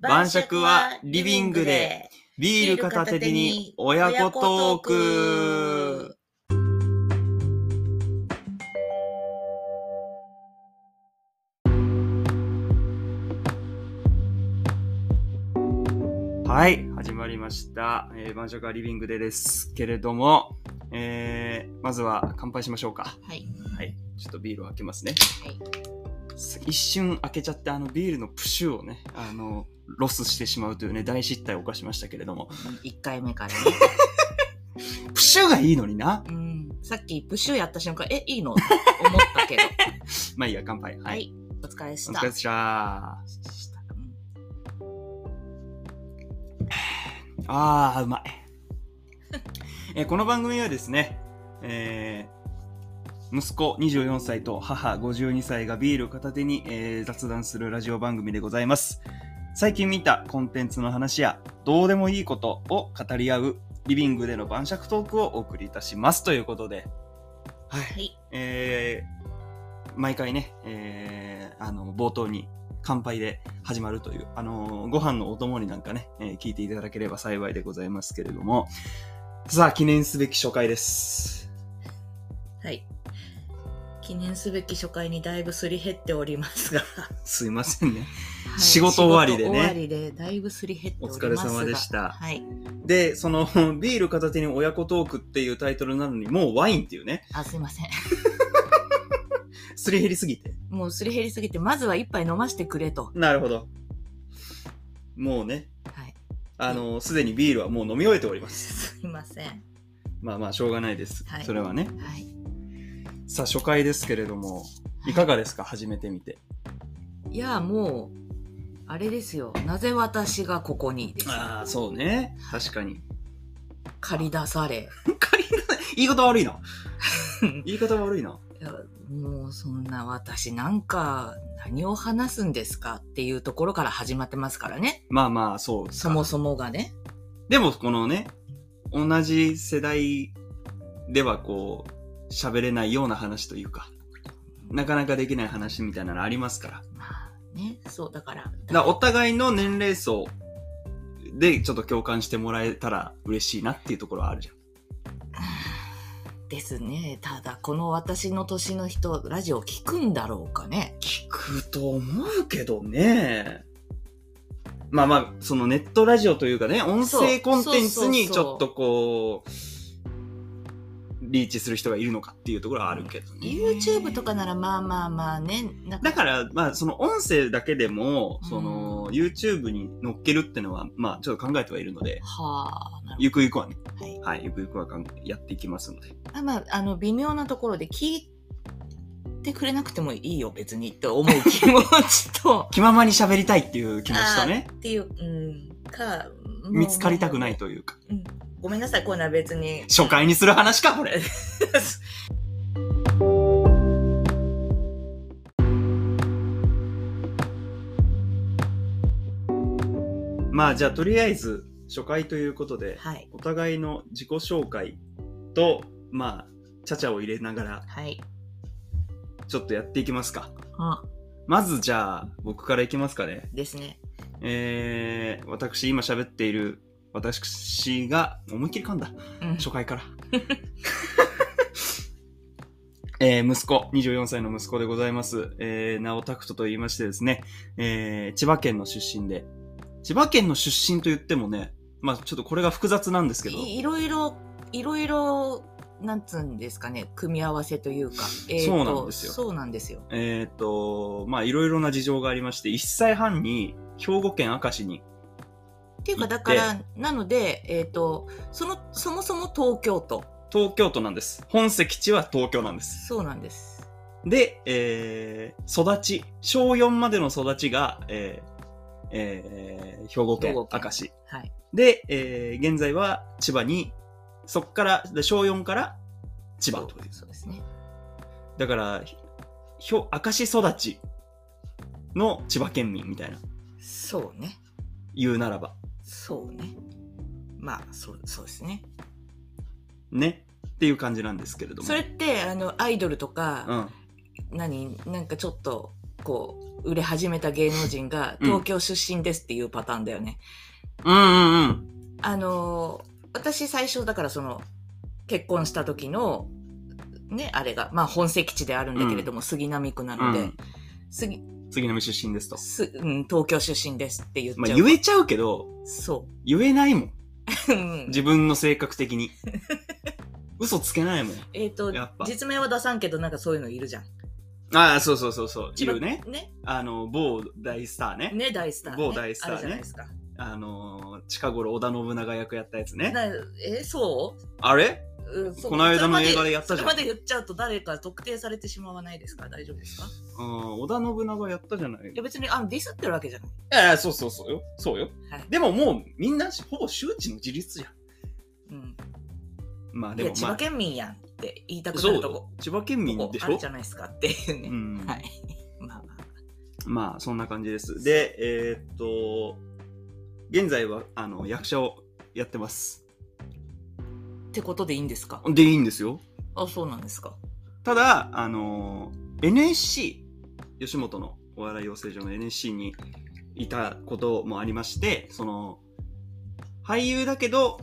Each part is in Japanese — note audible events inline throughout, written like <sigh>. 晩酌はリビングで。ビール片手に親子トーク。はい、始まりました。えー、晩酌はリビングでですけれども、えー、まずは乾杯しましょうか。はい。はい、ちょっとビールを開けますね。はい。一瞬開けちゃってあのビールのプシュをねあのロスしてしまうというね大失態を犯しましたけれども1回目からね。プシュがいいのになうん。さっきプシューやった瞬間、え、いいの <laughs> って思ったけど。まあいいや乾杯ははい、い。お疲れでおし疲たれ。でしたうんあーうまい、 <laughs> えーこの番組はですね、えー息子24歳と母52歳がビール片手に、えー雑談するラジオ番組でございます最近見たコンテンツの話やどうでもいいことを語り合うリビングでの晩酌トークをお送りいたしますということではいはい。えー毎回ね、えーあの冒頭に乾杯で始まるという、あのーご飯のお供になんかね、えー聞いていただければ幸いでございますけれども、さあ、記念すべき初回です。はい。記念すべき初回にだいぶすり減っておりますが。すいませんね。はい <laughs> 仕事終わりで仕ね事終わりで、だいぶすり減っておりますが。お疲れ様でしたはい。で、その、ビール片手に親子トークっていうタイトルなのに、もうワインっていうね、あ、すいません。 <laughs> すり減りすぎて。もうすり減りすぎて、まずは一杯飲ましてくれと。なるほど。もうね、はい。 <laughs> あのーすでにビールはもう飲み終えております。すいません。はまあまあ、しょうがないです。はいそれはね。い。さあ、初回ですけれども、いかがですか <laughs> 始めてみて。いや、もう、あれですよ。なぜ私がここにですああ、そうね。確か <laughs> に。借り出され。借りない言い方悪い <laughs> な。言い方悪いな。いやもうそんな私なんか何を話すんですかっていうところから始まってますからねまあまあ、そうか。そもそもがねでも、このね、同じ世代ではこう、喋れないような話というか、なかなかできない話みたいなのありますから。だかまあねそうだかららお互いの年齢層でちょっと共感してもらえたら嬉しいなっていうところはあるじゃん。ですねただこの私の年の人ラジオ聞くんだろうかね聞くと思うけどね。まあまあ、そのネットラジオというかね、音声コンテンツにそうそうそうちょっとこう、リーチする人がいるのかっていうところはあるけどね。 YouTube とかならまあまあまあねなんだから、まあ、その音声だけでも、その、YouTube に乗っけるってのは、まあ、ちょっと考えてはいるので、はあなるゆくゆくはね、ほど、はい、はい、ゆくゆくはかんやっていきますので。あまああの微妙なところで聞いてくれなくてもいいよ別にって思う気持ちと気ままに喋りたいっていう気持ちと <laughs> ね、っていう、うん、かもう見つかりたくないというか、ごめんなさい、こんな別に。初回にする話か、こ <laughs> れ。まあじゃあとりあえず初回ということで、はい。お互いの自己紹介とまあちゃちゃを入れながらはい。ちょっとやっていきますかあ、まずじゃあ僕からいきますかねですね。えー、私今喋っている私が思いっきり噛んだうん初回から <laughs> えー息子24歳の息子でございます、えー、直拓人と言いましてですね、えー千葉県の出身で千葉県の出身と言ってもねまあちょっとこれが複雑なんですけどいいろいろ、いろいろ、なんつうんですかね、組み合わせというか。えーとそうなんですよそうなんですよ。えーっと、まあ、いろいろな事情がありまして、1歳半に兵庫県明石に、っていうか、行ってだから、なので、えっ、と、その、そもそも東京都。東京都なんです。本籍地は東京なんです。そうなんです。で、えー育ち、小4までの育ちが、えーえー兵庫県兵庫県明石。はい。で、えー現在は千葉に、そっから、で小4から千葉という。そうですね。だから、ひひょ明石育ちの千葉県民みたいな、そうね。言うならば。そうね。まあ、そう、そうですね。ね。っていう感じなんですけれども。それって、あの、アイドルとか、うん。何なんかちょっとこ売れ始めた芸能人がうん東京出身ですっていうパターンだよね。うんうんうん。あのー私最初だからその結婚した時のねあれがまあ本籍地であるんだけれども、杉並区なので、うん杉杉並出身ですと。すうん、東京出身ですって言っまちあゃう、言えちゃうけど、そ言えないもん。ううん自分の性格的 <laughs> に。嘘つけないもん。 <laughs> えっ、とやっぱ実名は出さんけどなんかそういうのいるじゃんああ、そうそうそうそう。いるね。ねあの、某大スターね。ね大スター、ね、某大スターねあるじゃないですかあのー、近頃織田信長役やったやつね。なえそうあれうんそうこの間の映画でやったじゃんそれまで言っちゃうと誰か特定されてしまわないですか大丈夫ですかうん、織田信長やったじゃないいや別にあのディスってるわけじゃないええ、そうそうそうよ。そうよ。はいでももう、みんな、ほぼ周知の自立じゃん。うんまあいでやも、千ま葉あ、県民やんって言いたくなそるうとよこ。千葉県民とこでしあょるじゃないですかっていうね、うんはい <laughs> まあまあまあ、そんな感じです。で、えーっと、現在は、あの、役者をやってます。ってことでいいんですかで、いいんですよ。あそうなんですかただ、あのー NSC、吉本のお笑い養成所の NSC にいたこともありまして、その、俳優だけど、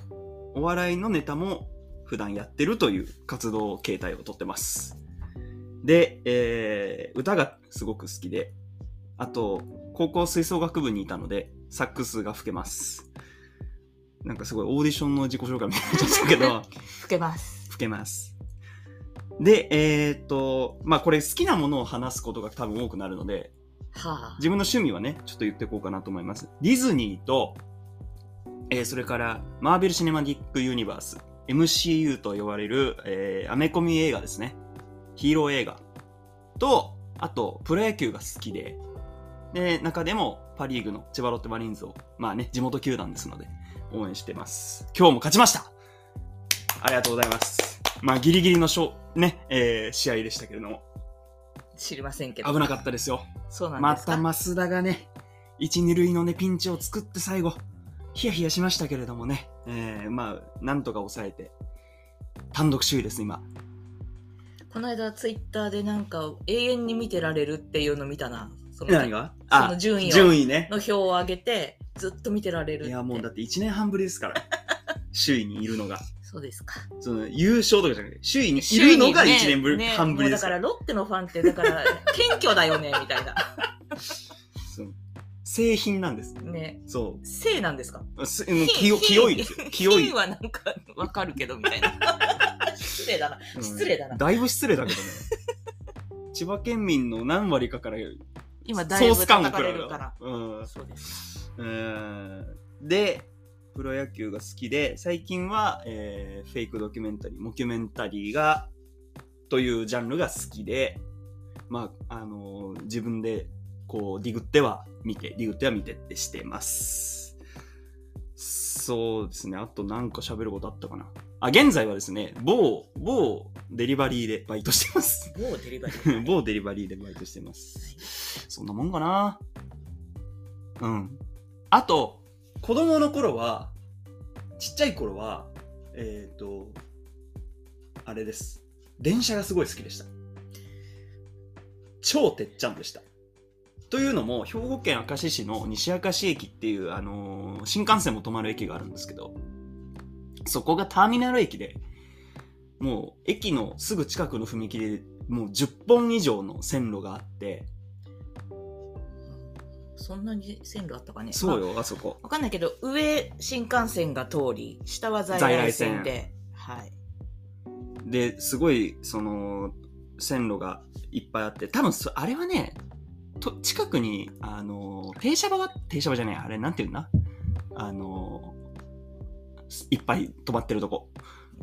お笑いのネタも普段やってるという活動形態をとってます。で、えー歌がすごく好きで、あと、高校吹奏楽部にいたので、サックスが吹けます。なんかすごいオーディションの自己紹介みたいになっちゃったけど、老けます吹けます。で、えーっと、まあこれ好きなものを話すことが多分多くなるので、はあ自分の趣味はね、ちょっと言っていこうかなと思います。ディズニーと、えーそれから、マーベル・シネマティック・ユニバース、MCU と呼ばれる、えーアメコミ映画ですね。ヒーロー映画。と、あと、プロ野球が好きで、で、中でも、パリーグの千葉ロッテマリーンズを、まあね、地元球団ですので、応援してます。今日も勝ちましたありがとうございます。まあ、ギリギリの勝、ね、えー試合でしたけれども、知りませんけど危なかったですよ。そうなんまですたか、増田がね、1、2塁のね、ピンチを作って最後、ヒヤヒヤしましたけれどもね、えー、まあ、なんとか抑えて、単独首位です、今。この間ツイッターでなんか永遠に見てられるっていうの見たなその何のがその順位を順位ね。表を上げてずっと見てられるっいてや、もうだって1年半ぶりですから、首位にいるのが。そうですかその優勝とかじゃなくて、首位にいるのが1周囲年にぶり、ね半ぶりもうでだすかからら。ロッテのファンってだから謙虚だよねみたいなその製品なんです。ねそ性なんですかう。す <laughs> もう清清いですよ。清い品。はなんかわかるけどみたい <laughs> な失礼だなうん失礼だなだいぶ失礼だけどね。千葉県民の何割かから今だいぶ叩かれソーるスから感を食らうよそうですうんうんでプロ野球が好きで最近は、えーフェイクドキュメンタリーモキュメンタリーがというジャンルが好きでまああのー自分でこうディグっては見てディグっては見てってしてますそうですねあと何か喋ることあったかなあ現在はですね某某デリバリーでバイトしてます某デリバリー <laughs> 某デリバリーでバイトしてます。そんなもんかな。うん。あと、子供の頃は、ちっちゃい頃は、えっ、と、あれです。電車がすごい好きでした。超てっちゃんでした。というのも、兵庫県明石市の西明石駅っていう、あのー新幹線も止まる駅があるんですけど、そこがターミナル駅で、もう駅のすぐ近くの踏切でもう10本以上の線路があってそんなに線路あったかねそうよよあそこわかんないけど上新幹線が通り下は在来線ではいですごいその線路がいっぱいあって多分そあれはねと近くにあの停車場が停車場じゃないあれなんていうんだあのいっぱい止まってるとこ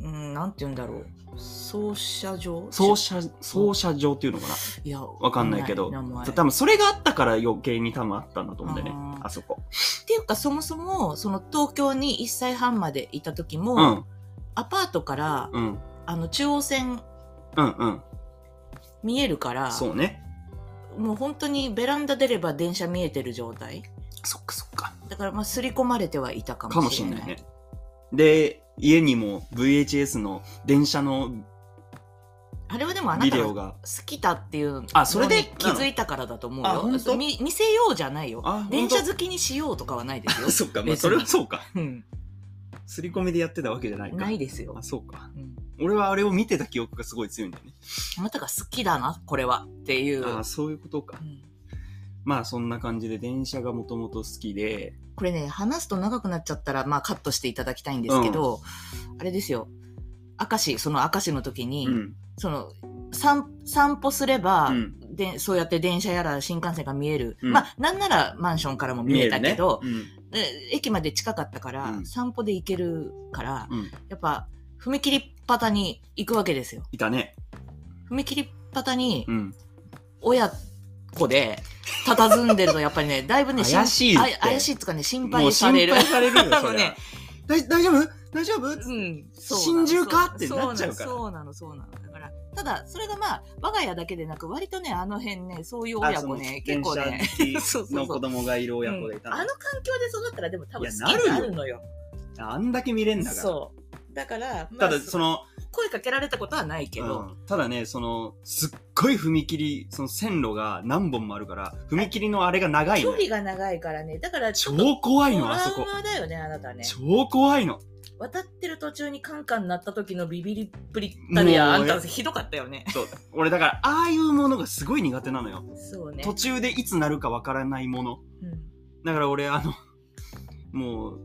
うんなんて言うんだろう操車場操車操車場っていうのかないやわかんないけど名前多分それがあったから余計に多分あったんだと思うんだよねあーあそこっていうかそもそもその東京に1歳半までいた時も、うんアパートから、うんあの中央線うんうん見えるからそうねもう本当にベランダ出れば電車見えてる状態そっかそっかだからまあ刷り込まれてはいたかかももししれれないないね。で、家にも VHS の電車のあれはでもあなビたデが好オが。きだっていうのにあそれで気づいたからだと思うあよ本当見見せようじゃないよあ電本車当好きにしようとかはないですよ <laughs> あそっか、ま別にあ、それはそうか。うん刷り込みでやってたわけじゃないか。ないですよあ、、そうか。うん俺はあれを見てた記憶がすごい強いんだよね。あなたが好きだなこれはっていう、ああ、そういうことかう。んまあ、そんな感じで電車がもともと好きで、これね話すと長くなっちゃったら、まあ、カットしていただきたいんですけど、あれですよ明石その明石の時に、うん。その散散歩すれば、うんでそうやって電車やら新幹線が見える、うんまあなんならマンションからも見えたけど、見えるねで駅まで近かったから、うん散歩で行けるから、うん。うん。やっぱ踏切っ端に行くわけですよいたね。踏切っ端にうん。親子で佇んでるとやっぱりねだいぶ <laughs> ね怪しいってあ怪しいっつうかね心もう配される心配さ <laughs> れるよ、あそのれはね。だい大丈夫大丈夫うん、そう心中かってなっちゃうからそうなのそうなのそうなのだからただそれがまあ我が家だけでなく割とねあの辺ねそういう親子ね結構ね電車 <laughs> そ好うそうきそうの子供がいる親子がいたうんあの環境で育ったらでも多分い好やきなにるよなるのよあんだけ見れんだから。そうだから、またあだ、その、声かけられたことはないけど、うんただね、その、すっごい踏切、その線路が何本もあるから、踏切のあれが長い距の離よ。が長いからねだからちょっと超怖いトの、あラそウこ。マだよねあなたね超怖いの。渡ってる途中にカンカン鳴った時のビビりっぷりったりもうやあんたひどかったよねそう。俺だから、ああいうものがすごい苦手なのよ。そうね途中でいつなるかわからないもの。うんだから俺、あの、もう、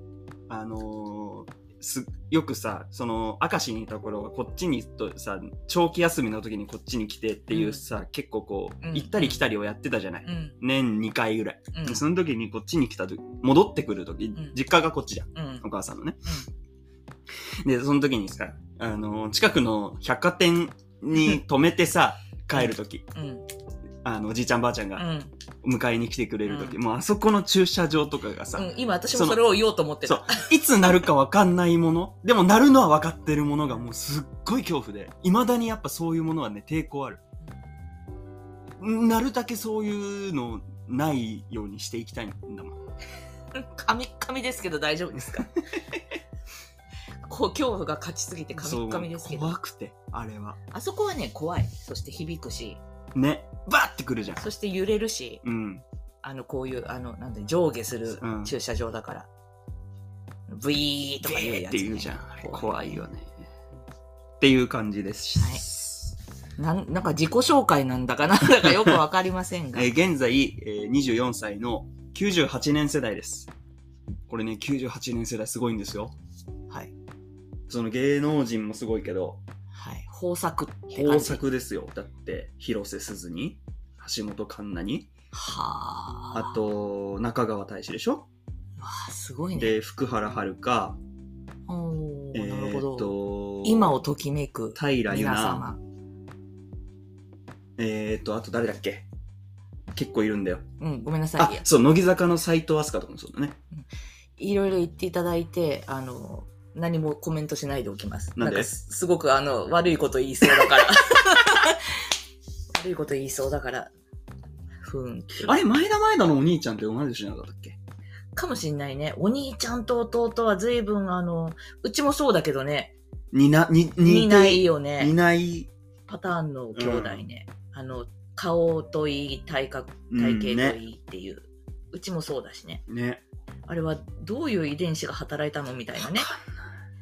あのーすよくさその明石にいた頃はこっちにとさ長期休みの時にこっちに来てっていうさ、結構こううん行ったり来たりをやってたじゃない、うん年2回ぐらい、うんその時にこっちに来た時戻ってくる時、ん実家がこっちじゃんうんお母さんのね、でその時にさあの近くの百貨店に泊めてさ帰る時、うんあのおじいちゃんばあちゃんうが <laughs> ん迎えに来てくれる時、うもうあそこの駐車場とかがさ、うん、今私もそれを言おうと思ってた。そういつなるかわかんないものでもなるのは分かってるものがもうすっごい恐怖でいまだにやっぱそういうものはね抵抗あるなるだけそういうのないようにしていきたいんだもん神々ですけど大丈夫 <laughs> ですかこう恐怖が勝ちすぎてそ神う々ですけど怖くてあれはあそこはね怖いそして響くしねバーってくるじゃんそして揺れるしうんあのこういうあのなんで上下するうん駐車場だから、ブイーとか言うでーやっつ、てね、言うじゃんあれ怖いよねっていう感じです、なんなんか自己紹介なんだかなん <laughs> だかよくわかりませんが、えー現在、えー24歳の98年世代ですこれね98年世代すごいんですよはいその芸能人もすごいけどはい、豊作って感豊じは作ですよだって広瀬すずに橋本環奈にああと中川大志でしょうわあすごいねで福原遥おえーなるほー、ど、と今をときめく平優皆奈様えー、とあと誰だっけ結構いるんだようん、ごめんなさあいい。そう乃木坂の斎藤飛鳥とかもそうだねいろいろ言っていただいて、あの、何もコメントしないでおきます。なんでかすすごくあの、悪いこと言いそうだから。 <laughs> 悪いこと言いそうだから。ふーんって。あれ前田前田のお兄ちゃんって同じ年じゃなかったっけかもしんないね。お兄ちゃんと弟は随分あの、うちもそうだけどね、になに似似てないよ似ね。ないパターンの兄弟ね。あの、顔といい、体格、うん体型とねいいっていう。うちもそうだしね。ねあれはどういう遺伝子が働いたのみたいなね。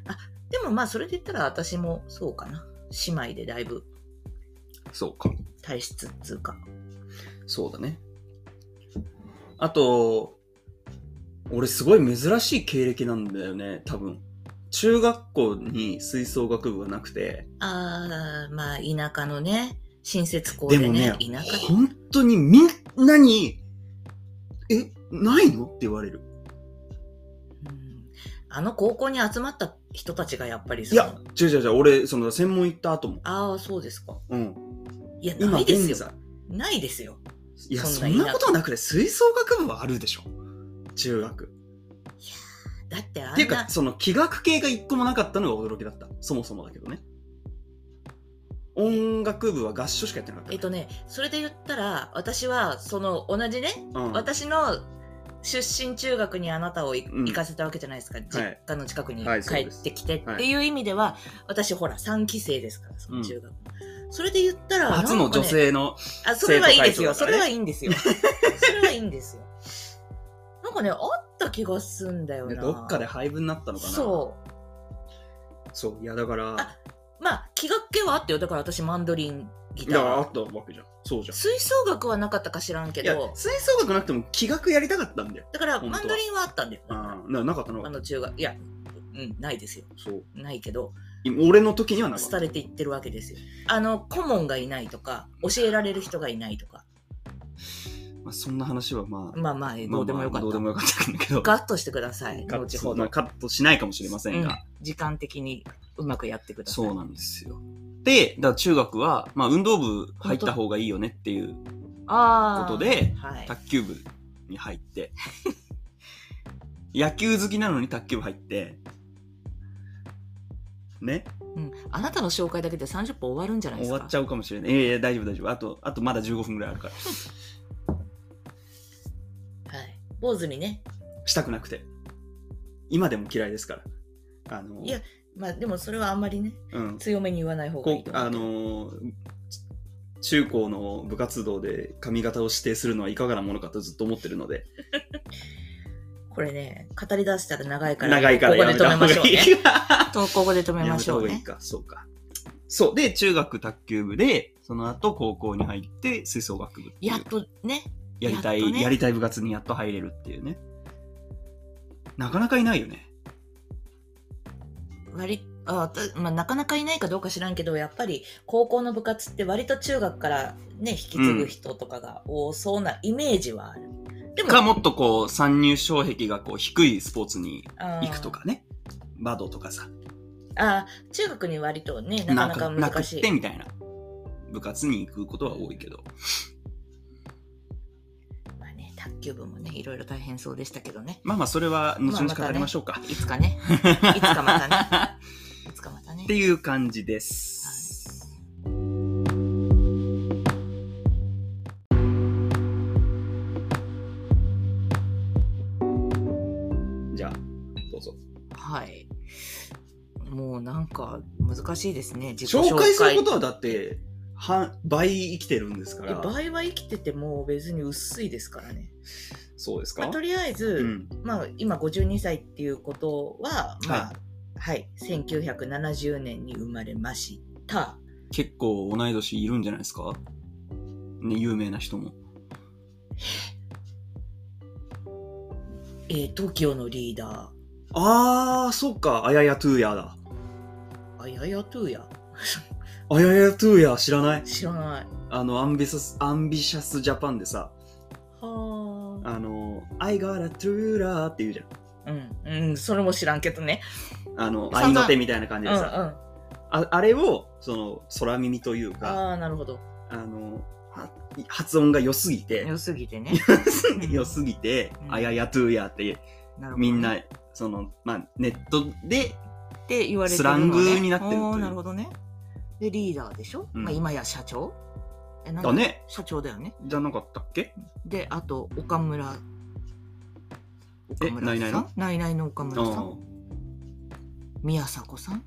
あでもまあそれで言ったら私もそうかな。姉妹でだいぶそうか体質っつうか。そうだね。あと、俺すごい珍しい経歴なんだよね、多分。中学校に吹奏楽部がなくて、ああ、まあ田舎のね、親切校ででもね、ね田舎、本当にみんなに、え、ないのって言われる。うんあの高校に集まった人たちがやっぱりいや、違う違う違う、俺、その専門行った後も。ああ、そうですか。うん。いや、な今いで現すよ。在。ないですよ。いや、そそんなんなことなくて、吹奏楽部はあるでしょ。中学。っだってあていうんか、な、その器楽系が一個もなかったのが驚きだった。そもそもだけどね。音楽部は合唱しかやってなかったから。えっとね、それで言ったら、私はその同じね、うん私の出身中学にあなたをいうん行かせたわけじゃないですか、実家の近くにはい帰そうでっすてきてっていう意味では、私ほら3期生ですからその中学、それで言ったら初のな女んかね性の、あそれはいいですよ、生そ徒会長だからねれはいいん <laughs> ですよそれはいいんですよなんかねあった気がすんだよねなどっかで廃部になったのかなそうそういやだからだあまあ気がけはあったよだから私マンドリンギタからあーったわけじゃんそうじゃん吹奏楽はなかったか知らんけいやど吹奏楽なくても気学やりたかったんだよだから本当マはンドリンはあったんだよああななかったなかあったの中学いやうんないですよそうないけど今俺の時にはなかった廃れていってるわけですよあの顧問がいないとか教えられる人がいないとかまあ、そんな話はまあ、まあまあどうでもよかった、どうでもよかったんだけどガッとしてくださいカ後ットほまあど、カットしないかもしれませんが、うん時間的にうまくやってくださいそうなんですよでだから中学は、まあ、運動部入った方がいいよねっていうこああとではい、卓球部に入って野球好きなのに卓球部入ってねうん、あなたの紹介だけで30分終わるんじゃないで終すわかっちゃうかもしれないいやいや大丈夫大丈夫あとあとまだ15分ぐらいあるからはい、坊主にねしたくなくて今でも嫌いですからあのいやまあでもそれはあんまりねうん、強めに言わない方がいいこうと思うあのー中高の部活動で髪型を指定するのはいかがなものかとずっと思ってるのでこれね語り出したら長いから長いからここやめで止ため方がまいいしょうね <laughs> とここで止めやまめしたょ方うがいいねか、そうかそうで中学卓球部でその後高校に入って吹奏楽部っていうやっとねやりたいやや,、っとねりたい部活にやっと入れるっていうねなかなかいないよね割あ、たまあ、なかなかいないかどうか知らんけどやっぱり高校の部活って割と中学からね引き継ぐ人とかが多そうなイメージはある、でかもっとこう参入障壁がこう低いスポーツにあー行くとかねバドとかさあー中学に割とねなかなかなく難っしいてみたいな部活に行くことは多いけどまあね、卓球部もねいろいろ大変そうでしたけどねまあまあそれは後々語りましょうか、いつか <laughs> ねいつかまたねいつかまたねっていう感じです。じゃあ、どうぞ。はいもうなんか難しいですね自己紹介することはだって、半倍生きてるんですかいやら。場合は生きてても別に薄いですからね、そうですまかあ、とりあえず、うん。まあ、今52歳っていうことは、まあははい1970年に生まれました結構同い年いるんじゃないですかね、有名な人も。えー、TOKIO のリーダあー、そっか。あややトゥーヤだ。ーあややトゥーやあややトゥーヤ知らない知らないあの、アンビシャス、アンビシャスジャパンでさ、はああの、I got a true love って言うじゃん。うん、うん、それも知らんけどねあの、散々愛の手みたいな感うじんうんでさ、あああれを、その、空耳というか、ああーなるほどの、は発音が良すぎて、良すぎて <laughs> ね良すぎて、うんあややとゥーやって、なるほどねみんな、その、まあ、ネットで、って言われてるスの、ランね、グになってるというおーなるほどねでリーダーでしょ、うんまあ、今や社長えなんだね、社長だよねじゃなかったっけであと岡村え、ないないのないないの岡あ村さんー宮迫さん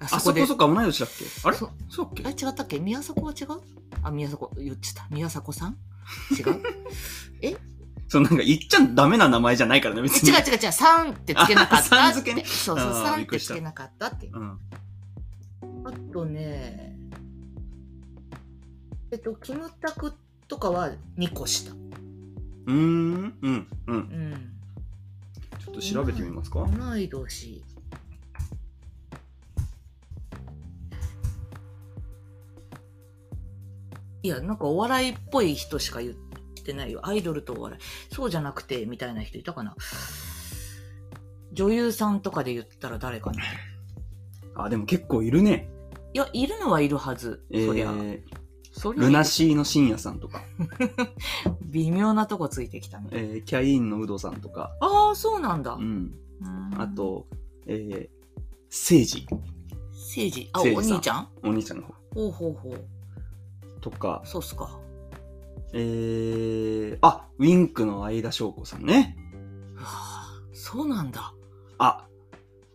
ああそこそっか、同い年だっけあれそそうだっけあ違ったっけ宮迫は違うあ宮迫言ってた宮迫さん違 <laughs> うそう、なんか言っちゃダメな名前じゃないからね、別に。違う違う違うさんってつけなかったってあさん付けねそうそうあーさんびっっくてりしつたけなかったってうん。あとねえっとキムタクとかは2個下うーん、うん、うん。うんちょっと調べてみますか。同い年いやなんかお笑いっぽい人しか言ってないよアイドルとお笑いそうじゃなくてみたいな人いたかな女優さんとかで言ったら誰かないあ、でも結構いるね。やいるのはいるはず、えそりゃー、そりゃルナシーの深夜さんとか、微妙なとこついてきたねえーキャインのウドさんとか、ああそうなんだ、うん、うんあと、えー、セイジ、せいじあせいおじさん兄ちゃんお兄ちゃんの方ほうほうほうとか、そうっすかえー、あ、ウィンクの相田翔子さんね。うわあそうなんだ。あ、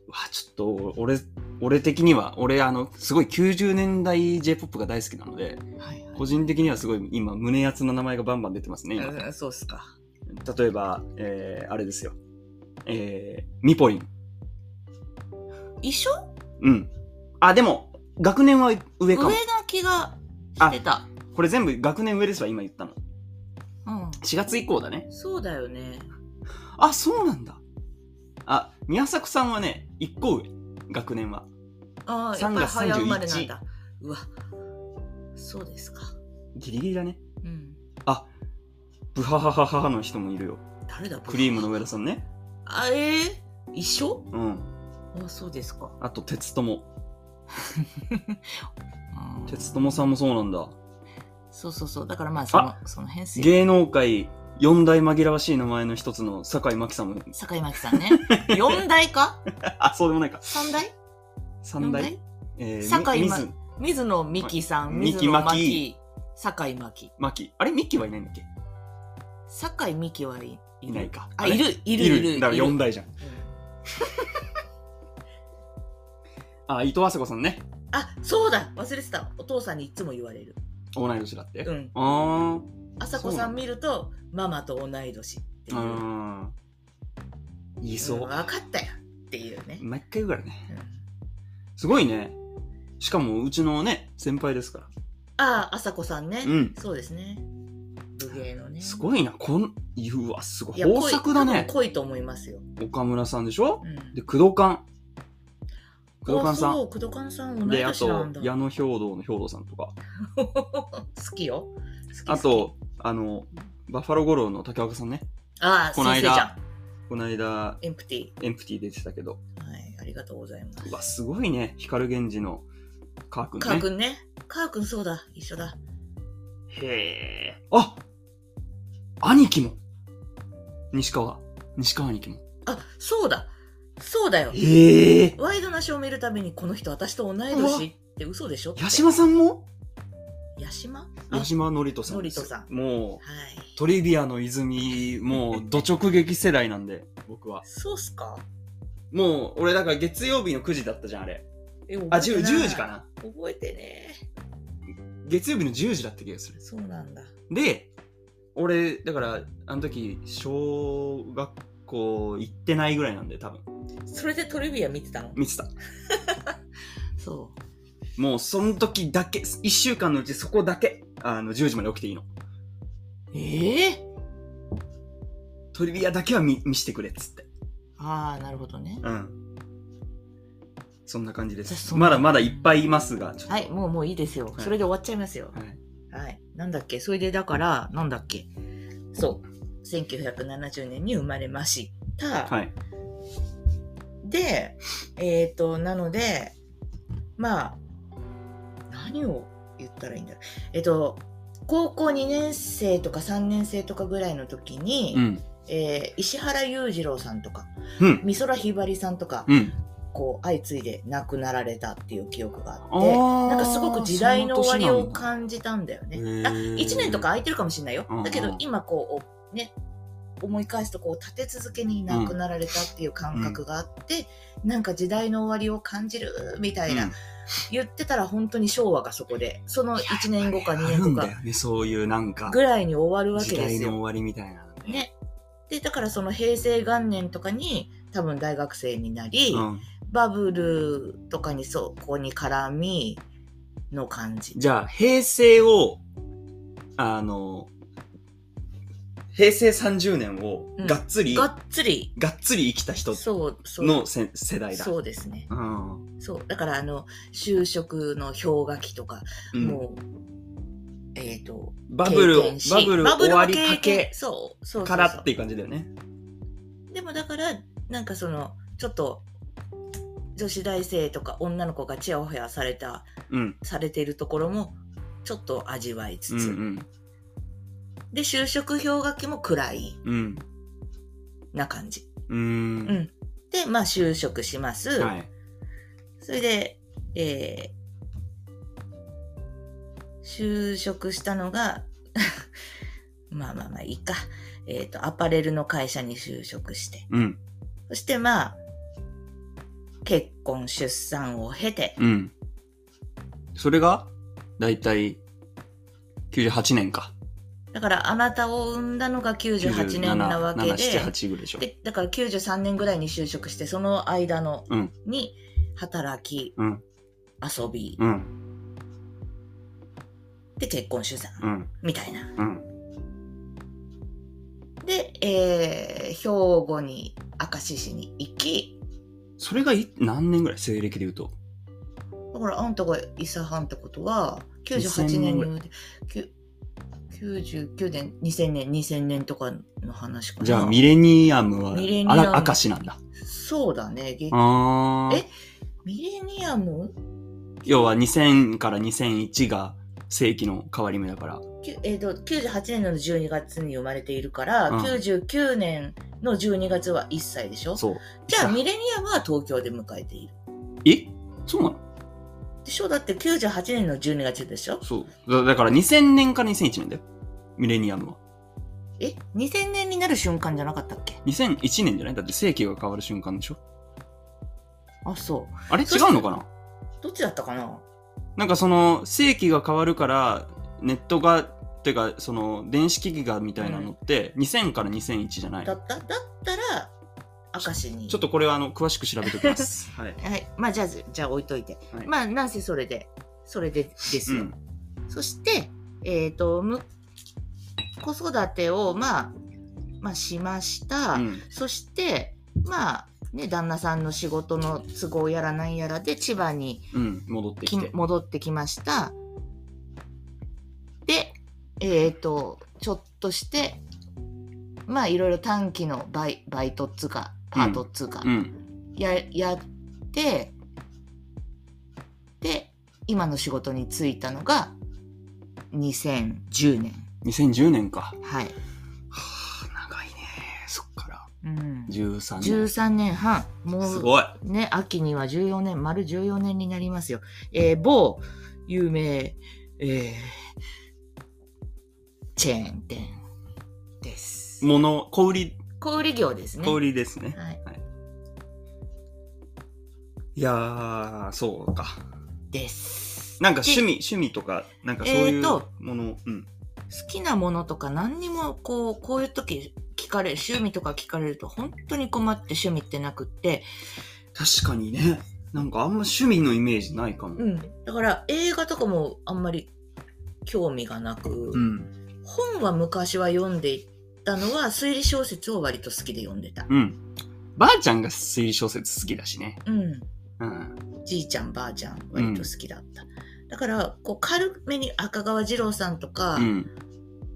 うわ、ちょっと、俺、俺的には、俺、あの、すごい90年代 J-POP が大好きなので、はい、個人的にはすごい今、胸熱な名前がバンバン出てますね、今。うんそうっすか。例えば、えー、あれですよ。えー、ミポリン。一緒うん。あ、でも、学年は上上かなも。気がしてた。これ全部学年上ですわ、今言ったの。うん。 4月以降だね。そうだよね。あ、そうなんだ。あ、宮迫さんはね、1個上。学年は。ああ、や3っぱり月早生まれなん31だ。うわ。そうですか。ギリギリだね。うん。ブハハハハハの人もいるよ。誰だクリームの上田さんね。あ、ええ一緒うん。あ、そうですか。あと、鉄友。うん鉄友さんもそうなんだ。そうそうそう。だからまあ、その、その辺っすよ。芸能界四大紛らわしい名前の一つの酒井真紀さんも。坂井真紀さんね。4代か <laughs> あ、そうでもないか。 ?3 代三四大えー、酒井み真水水野美紀さん、はい水野美紀真紀、坂井真紀。マキ。あれミッキーはいないんだっけ坂井美紀はいいないか。あ、あれいる、いる、いる。だからいる4代じゃん。あ、伊藤麻子さんね。あ、そうだ忘れてた。お父さんにいつも言われる。同い年だって。うあん。あ朝子さん見ると、ママと同い年っていー。うう。ーん。言いそう分。かったよっていうね。毎回言うからね。うんすごいね。しかも、うちのね、先輩ですから。ああ、朝子さんね。うんそうですね。武芸のね。すごいな。こん、うわ、すごい。いや豊作だね濃い。濃いと思いますよ。岡村さんでしょうんで、工藤館。工藤あ館さそん。う、工藤館さん同いで、あ年なとんだ。、矢野兵道の兵道さんとか。 <laughs> 好きよ。好きあ、と、あの、バッファロー五郎の竹岡さんね。ああ、この間先生じゃん。この間、エンプティ。エンプティ出てたけど。はい、ありがとうございます。うわ、すごいね。光源氏のカー君ね。カー君ね。カー君そうだ、一緒だ。へえ。あ兄貴も。西川。西川兄貴も。あ、そうだ。そうだよ。へえ。ワイドなショーを見るたびに、この人私と同いうわ年って嘘でしょって八島さんも八島あ八島のりとさんです。典人さもはい。う、トリビアの泉、もう、ど直撃世代なんで、僕は。そうっすかもう、俺だから月曜日の9時だったじゃん、あれ。えあ、覚え 10, てない10時かな。覚えてね月曜日の10時だった気がする。そうなんだ。で、俺、だから、あの時、小学校行ってないぐらいなんで、多分。それでトリビア見てたの見てた。そもうその時だけ、一週間のうちそこだけ、あの、10時まで起きていいの。う。ええトリビアだけは見見してくれっつって。ああ、なるほどね。うん。そんな感じでじゃあす。そんなまだまだいっぱいいますが、ちょっと。はい、もうもういいですよ。はいそれで終わっちゃいますよ。はい。はい。なんだっけそれでだから、なんだっけそう。1970年に生まれました。はい。で、えっ、と、なので、まあ、何を言ったらいいんだろう。えっ、と、高校2年生とか3年生とかぐらいの時に、うん。えー石原裕次郎さんとか、うん。美空ひばりさんとか、うん。こう相次いで亡くなられたっていう記憶がああってーなんかすごく時代の終わりその年なをんだ感じたんだよねへ。ーあ1年とか空いてるかもしれないようんうんだけど今こうね思い返すとこう立て続けに亡くなられたっていう感覚があって、なんか時代の終わりを感じるみたいな、うん言ってたら本当に昭和がそこでその1年後か2あ年る後んだかよね、そういうなんか、ぐらいに終わるわ時けで代すの終よ。わりみたいなの。ね、でだからその平成元年とかに多分大学生になり、うん。バブルとかにそうここに絡みの感じ。じゃあ、平成を、あの、平成30年をうんがっつり、がっつりがっつり生きた人そうそうのせ世代だ。そうですね。うんそうだからあの就職の氷河期とか、うんもうえっ、とバブル経験しバブルバブ終ルわのりか経験けそうそうそうそうからっていう感じだよね。でもだからなんかそのちょっと女子大生とか女の子がチヤホヤされたうん。されてるところもちょっと味わいつうんつ、うんで就職氷河期も暗いうん。な感じうーん。でまあ就職します、はい。それで、えー就職したのが、 <laughs> まあまあまあいいか。えっ、と、アパレルの会社に就職して。うん。そしてまあ、結婚、出産を経て、うん。それが、だいたい、98年か。だからあなたを産んだのが98年なわけ7、で、 8ぐらいでしょ。でだから93年ぐらいに就職して、その間の、うんに働き、うん遊び、うん、で結婚、出産、うん、みたいな。うん、で、えー兵庫に明石市に行き、それがい何年ぐらい西暦で言うと。だからあんたが伊佐藩ってことは、98 2000年に生年ぐらまれて、きゅ99年、2000年、2000年とかの話かな。じゃあ、ミレニアムはミレニ、アあムら、明石なんだ。そうだね。げあーえミレニアム要は2000から2001が世紀の変わり目だから。きゅえっ、と、98年の12月に生まれているから、うん99年の12月は1歳でしょそう。じゃあ、ミレレニアムは東京で迎えている。えそうなのでしょだって98年の12月でしょそうだ。だから2000年から2001年だよ。ミレニアムは。え ?2000 年になる瞬間じゃなかったっけ2001年じゃないだって世紀が変わる瞬間でしょあ、そう。あれそ違してうのかなどっちだったかななんかその世紀が変わるからネットがてかその電子機器がみたいなのって2000から2001じゃないだのっただったら、明石に。ちょっとこれはあの詳しく調べておきます。はい。 <laughs> はい。まあ、じゃあ、じゃあ置いといて。はいまあ、なんせそれで、それでですうよ。ん。そして、えっ、と、む子育てを、まあ、まあ、しました。うん。そして、まあ、ね、旦那さんの仕事の都合やらなんやらで千葉にうん。戻ってききて。戻ってきました。で、えっ、と、ちょっとして、まあ、いろいろ短期のバイバイトっつうか、パートっつうか、うん。ややってで今の仕事に就いたのが2010年2010年か。はい、はあ、長いね。そっから。うん、 13年。 13年半もすうごい。ね秋には14年丸14年になりますよ、えー某有名、えーチェーン店ですもの、小売り、小売業ですね小売りですね。はい、いやー、そうか。ですなんかで趣味、趣味とか、なんかそうえいーうともの、うん。好きなものとか何にもこうこういう時聞かれる趣味とか聞かれると本当に困って趣味ってなくって、確かにね。なんかあんま趣味のイメージないかも。だから映画とかもあんまり興味がなく、うん。本は昔は読んでいたのは推理小説を割と好きで読んでた、うん。ばあちゃんが推理小説好きだしね。うん、うん。じいちゃんばあちゃん割と好きだった、だからこう軽めに赤川次郎さんとか、うん。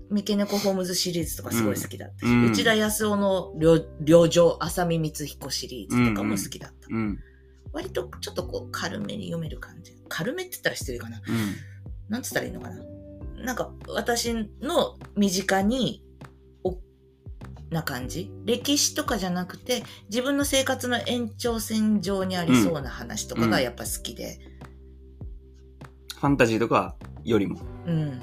三毛猫ホームズシリーズとかすごい好きだったし、うんうん内田康夫の旅「旅情浅見光彦」シリーズとかも好きだった、うん。割とちょっとこう軽めに読める感じ軽めって言ったら失礼かなうん。なんつったらいいのかななんか私の身近におな感じ歴史とかじゃなくて自分の生活の延長線上にありそうな話とかがやっぱ好きで、ファンタジーとかよりも。うん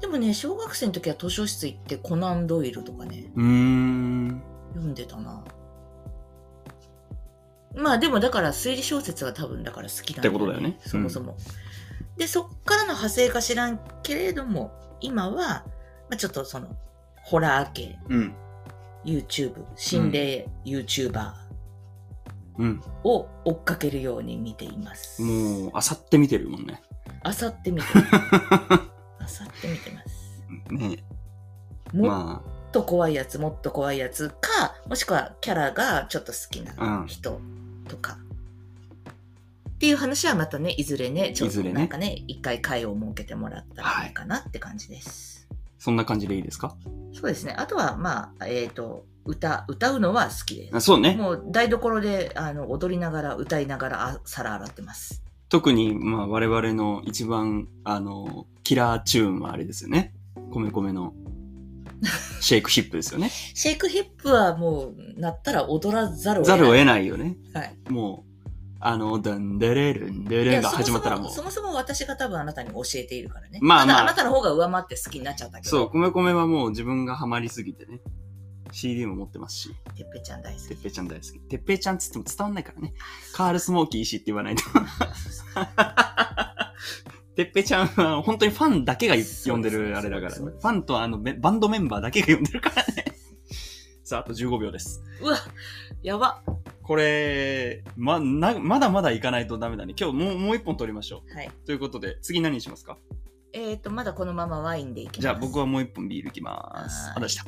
でもね小学生の時は図書室行ってコナンドイルとかねうーん。読んでたなまあでもだから推理小説は多分だから好きなんってことだよねそもそも。で、そっからの派生か知らんけれども、今は、まあ、ちょっとその、ホラー系、うん。 YouTube、心霊 YouTuber うん。を追っかけるように見ています。もう、あさって見てるもんね。 <laughs> あさって見てます。あさって見てます。ねもっまと怖いやつ、もっと怖いやつか、もしくはキャラがちょっと好きな人とか。っていう話はまたね、いずれね、ちょっいとずれねなんかね、一回会を設けてもらったらいいかなって感じです。あ、そんな感じでいいですかそうですね。あとは、まあ、えっ、と、歌、歌うのは好きであす。そうね。もう台所であの踊りながら歌いながらあ皿洗ってます。特に、まあ、我々の一番、あの、キラーチューンはあれですよね。米米の、シェイクヒップですよね。シェイクヒップはもうなったら踊らざるをざ得るをない。得ないよね。はい、もう、あの、ダンデレルンデレンが始まったらもう、そもそもそもそも私が多分あなたに教えているからね。まあまたあだあなたの方が上回って好きになっちゃったけど。そう、米米はもう自分がハマりすぎてね、CD も持ってますし、てっぺちゃん大好てきっ。ぺいちゃん大好き。てっぺいちゃんっつっても伝わんないからね。カールスモーキー石って言わないと。 <laughs> てっぺいちゃんは本当にファンだけが呼んでるあれだからそうねで。すファンとあのめバンドメンバーだけが呼んでるからね。さあ、あと15秒です。うわ、やば。これ、ま、な、まだまだいかないとダメだね。今日もう、もう一本取りましょはい。う。ということで、次何にしますかえっ、ー、と、まだこのままワインでいきます。じゃあ僕はもう一本ビールいきまはすー。いあ、でした。